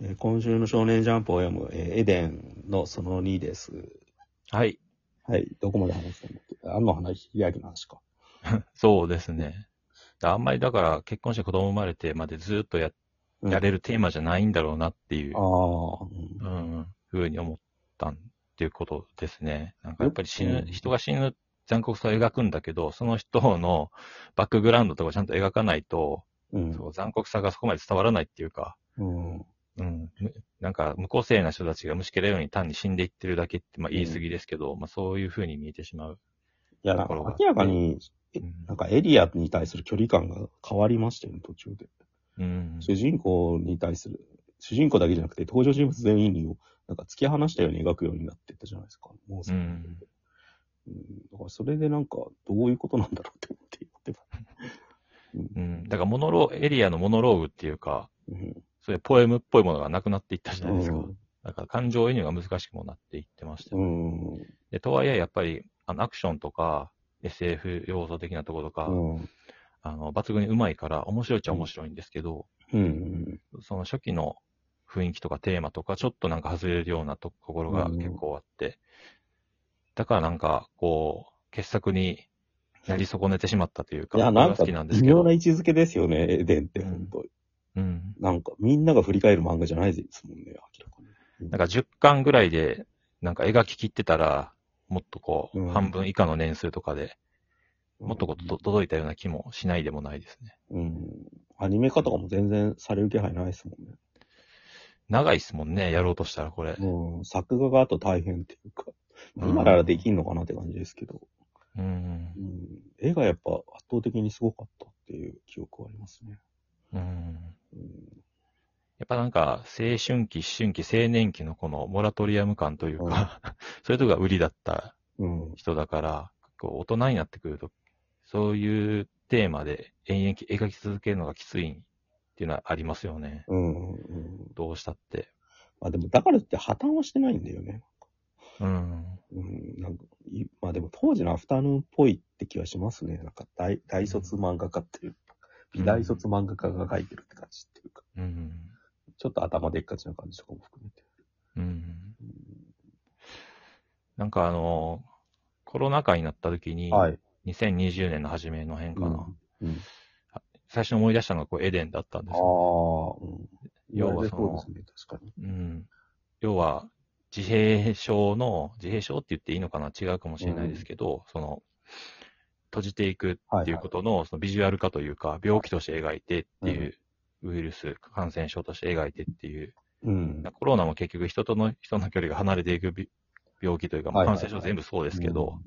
えー今週の少年ジャンプを読む、えーエデンのその2です。はい。はい。どこまで話したんだっけあんの話、ひやきの話か。そうですね。あんまりだから結婚して子供生まれてまでずっとやうんやれるテーマじゃないんだろうなっていうあ、あ、うんうん、ふうに思ったっていうことですね。なんかやっぱり死ぬう、ん人が死ぬ残酷さを描くんだけど、その人のバックグラウンドとかをちゃんと描かないと、うん。そう残酷さがそこまで伝わらないっていうか、うん。うん、むなんか無個性な人たちが虫けらように単に死んでいってるだけって、まあ、言い過ぎですけど、まあ、そういうふうに見えてしまう。いや、なんか明らかに、えうんなんかエリアに対する距離感が変わりましたよね、途中で。うん、主人公に対する、主人公だけじゃなくて登場人物全員を、なんか突き放したように描くようになっていったじゃないですか。もうそうんうんだからそれでなんか、どういうことなんだろうって思って言ってうん、だからモノローエリアのモノローグっていうか、た。そういうポエムっぽいものがなくなっていったじゃないですか。うんだから感情移入が難しくもなっていってましたよねうん。うん。で、とはいえ、やっぱり、あの、アクションとか、SF 要素的なところとか、うん。あの、抜群にうまいから、面白いっちゃ面白いんですけど、うん。その初期の雰囲気とかテーマとか、ちょっとなんか外れるようなところがうん結構あって、だからなんか、こう、傑作になり損ねてしまったというか、いや、なん僕は好か、きなんです微けど妙な位置づけですよね、エデンって、本当うん。なんか、みんなが振り返る漫画じゃないですもんね、明らかに。なんか10巻ぐらいで、なんか描き切ってたら、もっとこう、うん半分以下の年数とかで、もっとこう、と届いたような気もしないでもないですね。うん。アニメ化とかも全然される気配ないですもんね。長いっすもんね、やろうとしたらこれ。うん、作画があと大変っていうか、まあ今ならできんのかなって感じですけど、うんう。ん、絵がやっぱ圧倒的にすごかったっていう記憶はありますね。うん。うん、やっぱなんか、青春期、思春期、青年期のこのモラトリアム感というか、 そういうとこが売りだったうん、人だから、こう、大人になってくると、そういうテーマで延々き描き続けるのがきついっていうのはありますよね。うん、うん。どうしたって。まあでも、だからって破綻はしてないんだよね。うん。うん、なんか、いまあでも当時のアフタヌーンっぽいって気はしますね。なんか大、大卒漫画家っていう、美大卒漫画家が描いてるって感じっていうか、うん。ちょっと頭でっかちな感じとかも含めて。うん。なんかあの、コロナ禍になった時に、はい。 2020年の初めの辺かな。うん。うん最初に思い出したのがこうエデンだったんですああよ、、うん。要は言われてそそうのですね、確かに。うん。要は、自閉症の、自閉症って言っていいのかな違うかもしれないですけど、その、閉じていくっていうことの、そのビジュアル化というか、病気として描いてっていう、ウイルス感染症として描いてっていう、うん。コロナも結局人との、人の距離が離れていくび病気というか、まはあいはい感はい染症全部そうですけど、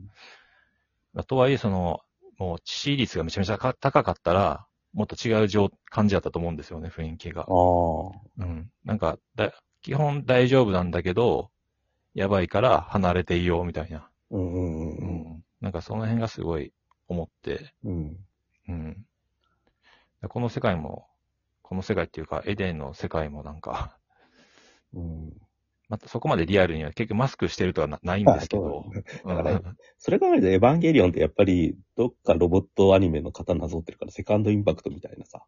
まあとはいえ、その、もう致死率がめちゃめちゃか高かったら、もっと違う状感じだったと思うんですよね、雰囲気が。ああ。うん。なんかだ、基本大丈夫なんだけど、やばいから離れていようみたいな。うんうんううんん。なんかその辺がすごい思って、うん。うん。この世界も、この世界っていうか、エデンの世界もなんか、 うん。またそこまでリアルには結局マスクしてるとはなないんですけあど。うなんだうだんそれ考えると、エヴァンゲリオンってやっぱり、どっかロボットアニメの方なぞってるから、セカンドインパクトみたいなさ、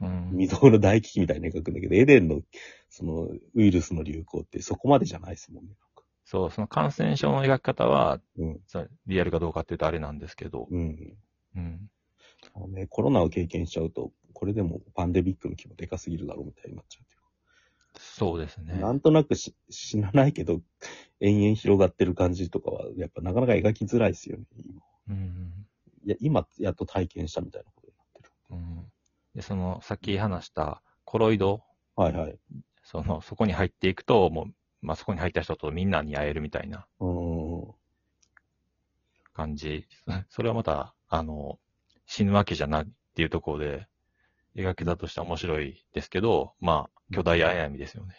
うん。未曾有の大危機みたいなの描くんだけど、エデンの、その、ウイルスの流行ってそこまでじゃないですもんね。そう、その感染症の描き方は、うんそのリアルかどうかっていうとあれなんですけど、うん。うん。あのね、コロナを経験しちゃうと、これでもパンデミックの規模でかすぎるだろうみたいになっちゃうっていうか。そうですね。なんとなくし死なないけど、延々広がってる感じとかは、やっぱなかなか描きづらいですよね、今。うん。いや、今、やっと体験したみたいなことになってる。うんで、その、さっき話したコロイド、はいはい。その、そこに入っていくと、もう、まあ、そこに入った人とみんなに会えるみたいなうーん。感じ。 それはまた、あの、死ぬわけじゃないっていうところで、描けたとしては面白いですけど、まあ、巨大あやみですよね。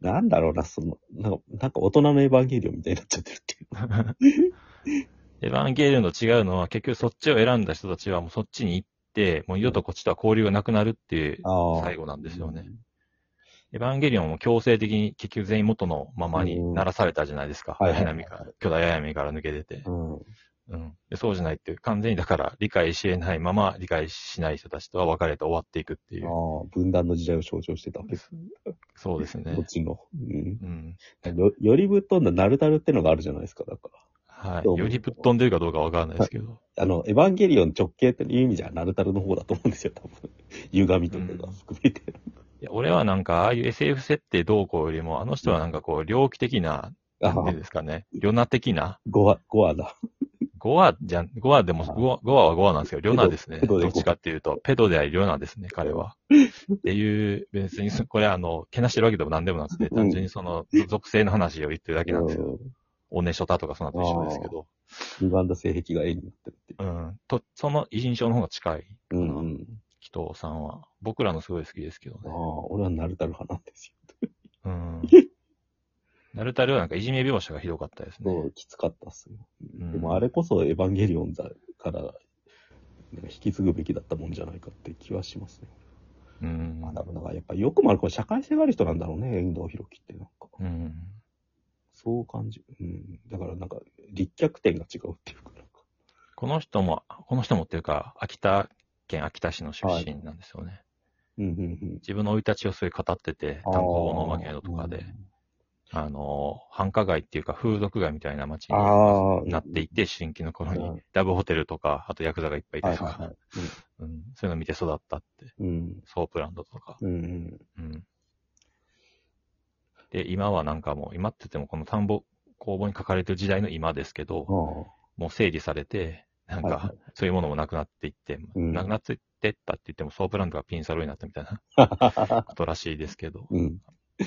なんだろうな、その、なんか、なんか大人のエヴァンゲリオンみたいになっちゃってるっていう。 エヴァンゲリオンと違うのは、結局そっちを選んだ人たちはもうそっちに行って、もう二度とこっちとは交流がなくなるっていうあ最後なんですよね。。エヴァンゲリオンも強制的に結局全員元のままにならされたじゃないですか。うんはいはいダイナミック巨大アヤメから抜け出てう。ん。うん。でそうじゃないっていう、完全にだから理解し得ないまま理解しない人たちとは別れて終わっていくっていあう。あ、分断の時代を象徴してたわけですそうですねこっ。ちの。うん。うん。よ、よりぶっ飛んだナルタルってのがあるじゃないですか、だかはい。どうもよりぶっ飛んでるかどうかわからないですけど。ら。あの、エヴァンゲリオン直径っていう意味じゃ、ナルタルの方だと思うんですよ、多分。 歪みとかが含めて。いや俺はなんか、ああいう SF 設定どうこうよりも、あの人はなんかこう、猟奇的な、あなんていうんですかね、リョナ的な、 5話、5話だ。ゴアじゃん、ゴアでも、はいゴアゴアはゴアなんですけど、リョナですね。ペドでどっちかっていうと、ペドでありリョナですね、彼 は。っていう、別にそ、これあの、けなしてるわけでも何でもなくて、うん単純にその、属性の話を言ってるだけなんですよ。うんおねしょたとかその後一緒ですけど。歪んだ性癖が絵になってるっていう。うん。と、その印象の方が近い、うんうん。紀藤さんは。僕らのすごい好きですけどあね。あ、俺はナルタル派なんですよ。 うん。ナルタルはなんかいじめ描写がひどかったですそね。う、きつかったっすよ。うんでもあれこそエヴァンゲリオンだから、なんか引き継ぐべきだったもんじゃないかって気はしますね。うんまあ、。だからやっぱよくもあるこれ社会性がある人なんだろうね、遠藤博樹ってなんか。うん。そう感じる。うん。だからなんか、立脚点が違うっていうか、なんか。この人も、この人もっていうか、秋田県秋田市の出身なんですよね。うんうんうん。自分の生い立ちをそういう語ってて、炭鉱の負けとかで、あの、繁華街っていうか風俗街みたいな街あー。にああ。なっていって、新規の頃うにん、ラブホテルとか、あとヤクザがいっぱいいたはいりとはいはかい、。うんそういうの見て育ったって、うん。ソープランドとか。うん。うんうんで、今はなんかもう、今って言ってもこの田んぼ、工房に書かれてる時代の今ですけど、うん。ああ。もう整理されて、なんはいはか、そういうものもなくなっていって、うんなくなっていったって言っても、ソープランドがピンサロになったみたいなことらしいですけど、 うん。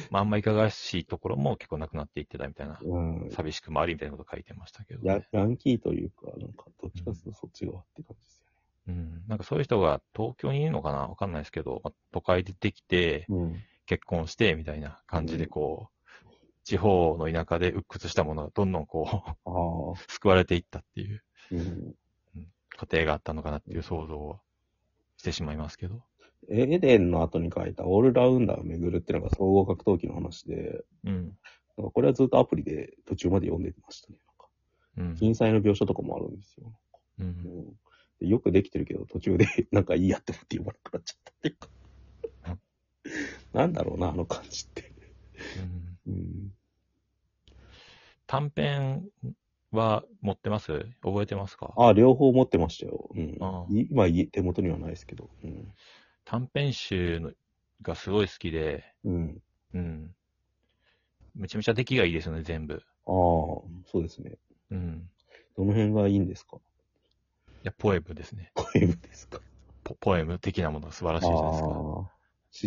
まあ、あんまいかがわしいところも結構なくなっていってたみたいな、うん。寂しくもありみたいなこと書いてましたけど、やね、ヤンキーというか、なんか、どっちかというとそっち側って感じですうん。なんかそういう人が東京にいるのかなわかんないですけど、まあ、都会でできて、よね。結婚して、みたいな感じでこう、地方の田舎で鬱屈したものがどんどんこう、 うん。ああ。救われていったっていううん。過程があったのかなっていう想像をしてしまいますけど。エデンの後に書いたオールラウンダーを巡るってのが総合格闘技の話で、うん。なんかこれはずっとアプリで途中まで読んでましたね。なんかうん。震災の描写とかもあるんですよ。う。うんんでよくできてるけど、途中で なんかいいやって思って読まなくなっちゃったっていうか。なんだろうな、あの感じって。うんうん。短編は持ってます覚えてますかああ、両方持ってましたよ。うんああ。い今、い手元にはないですけど。うん。短編集のがすごい好きで、うん。うん。めちゃめちゃ出来がいいですよね、全部。ああ、そうですね。うん。どの辺がいいんですか いや、ポエムですね。ポエムですかポポエム的なものが素晴らしいじゃないですああか。思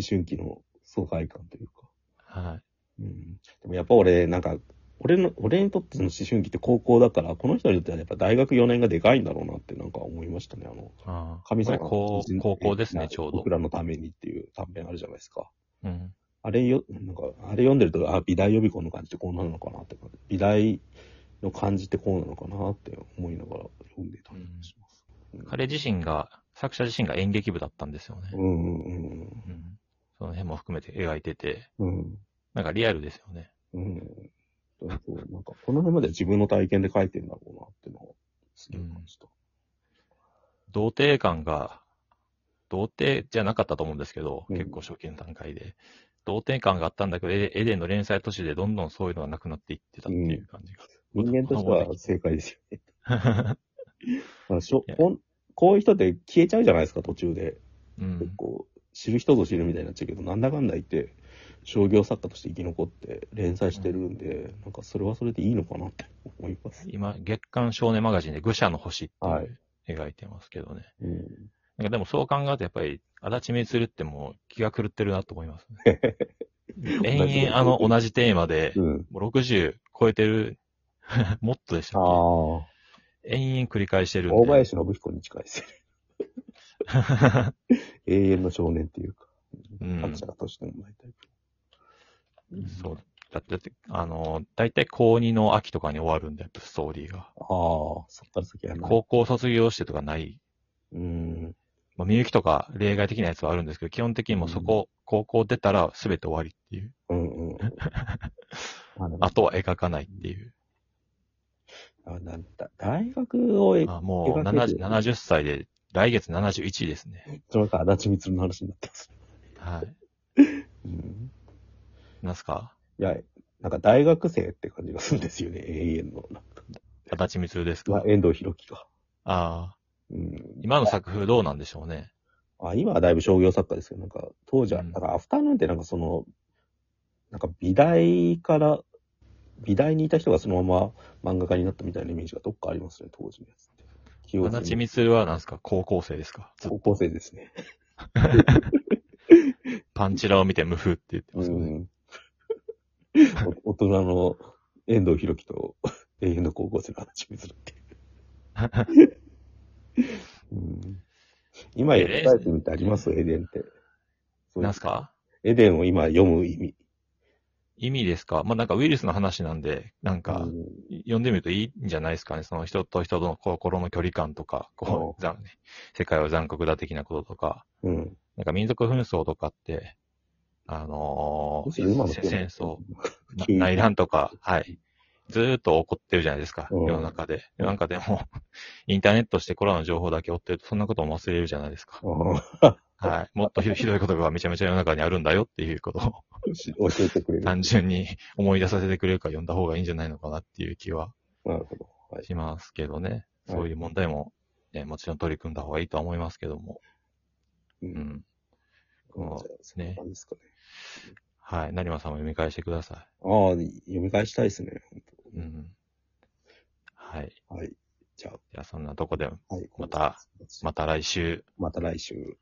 春期の疎外感というか。はい。うん。でもやっぱ俺、なんか、俺の、俺にとっての思春期って高校だから、この人にとってはやっぱ大学4年がでかいんだろうなってなんか思いましたね。あの、ああ。神様これ高高校ですね、ちょうど僕。らのためにっていう短編あるじゃないですか。うん。あれよ、なんか、あれ読んでると、あ、美大予備校の感じってこうなるのかなって感じ。美大の感じってこうなのかなって思いながら読んでたりもします。彼自身が、作者自身が演劇部だったんですよね。うんうんうん。その辺も含めて描いてて、うん。うん。なんかリアルですよね。うん。そうそうなんか、この辺まで自分の体験で書いてんだろうなっていうのは、すげえ感じた。童貞感が、童貞じゃなかったと思うんですけど、うん結構初期の段階で。童貞感があったんだけど、エエデンの連載都市でどんどんそういうのがなくなっていってたっていう感じが。人間としては正解ですよ ね。まあしょいやこんこういう人って消えちゃうじゃないですか、途中で。うん結。構、知る人ぞ知るみたいになっちゃうけど、なんだかんだ言って、商業作家として生き残って連載してるんで、なんかそれはそれでいいのかなって思います。今、月刊少年マガジンで愚者の星ってはいいう描いてますけどね。うん。なんかでもそう考えるとやっぱり、足立みつるってもう気が狂ってるなと思います ね。延々あの同じテーマで、うん。もう60超えてる、 もっとでしたああっ、け延々繰り返してるん大で。林信彦に近いですよね。永遠の少年っていうか、 うん作者としてもないタイプ。そう。だって、だって、あの、大体高2の秋とかに終わるんだよ、ストーリーが。ああ、そっから先はない。高校卒業してとかない。うん。まあ、みゆきとか例外的なやつはあるんですけど、基本的にもうそこ、高校出たら全て終わりっていう。 うんうん。あでもあとは描かないっていう。あなんだ大学を、あもう70 70歳で、来月71ですね。それか足立光の話になってます。はい。うん。なんすかいや、なんか大学生って感じがするんですよね、永遠の。なんか足立光ですまあか、遠藤博樹が。ああ。うん。今の作風どうなんでしょうね。あ今はだいぶ商業作家ですけど、なんか当時は、うんなんかアフタヌーンってなんかその、なんか美大から、美大にいた人がそのまま漫画家になったみたいなイメージがどっかありますね、当時のやつって。記憶に足立光はなんすか高校生ですかずっと高校生ですね。パンチラを見て無風って言ってまうすよね。ん。お大 人の遠藤博樹と 永遠の高校生の話にするって いう。うん、今読み返してみてありますエデンって。そうなんすかエデンを今読む意味。意味ですかまあ、なんかウイルスの話なんで、なんか、うん読んでみるといいんじゃないですかね。その人と人との心の距離感とか、こう、残世界は残酷だ的なこととか、うん。なんか民族紛争とかって、あのむしろ今のー、せ戦争、な急に内乱とか、はい。ずーっと起こってるじゃないですか、うん世の中で。世の中でも、 インターネットしてコロナの情報だけ追ってると、そんなことも忘れるじゃないですか。はい。もっとひどひどいことがめちゃめちゃ世の中にあるんだよっていうことを、教えてく れる。な単純に思い出させてくれるから読んだ方がいいんじゃないのかなっていう気はるほど。しますけどね。はいそういう問題も、ねもちろん取り組んだ方がいいとは思いますけども。う。うんん。こうそんな感じですかね。はい。成馬さんも読み返してくださああ、読み返したいですね。本い。うん。はい。当はい。じゃあ、じゃあそんなとこで、はい。また、また来週。また来週。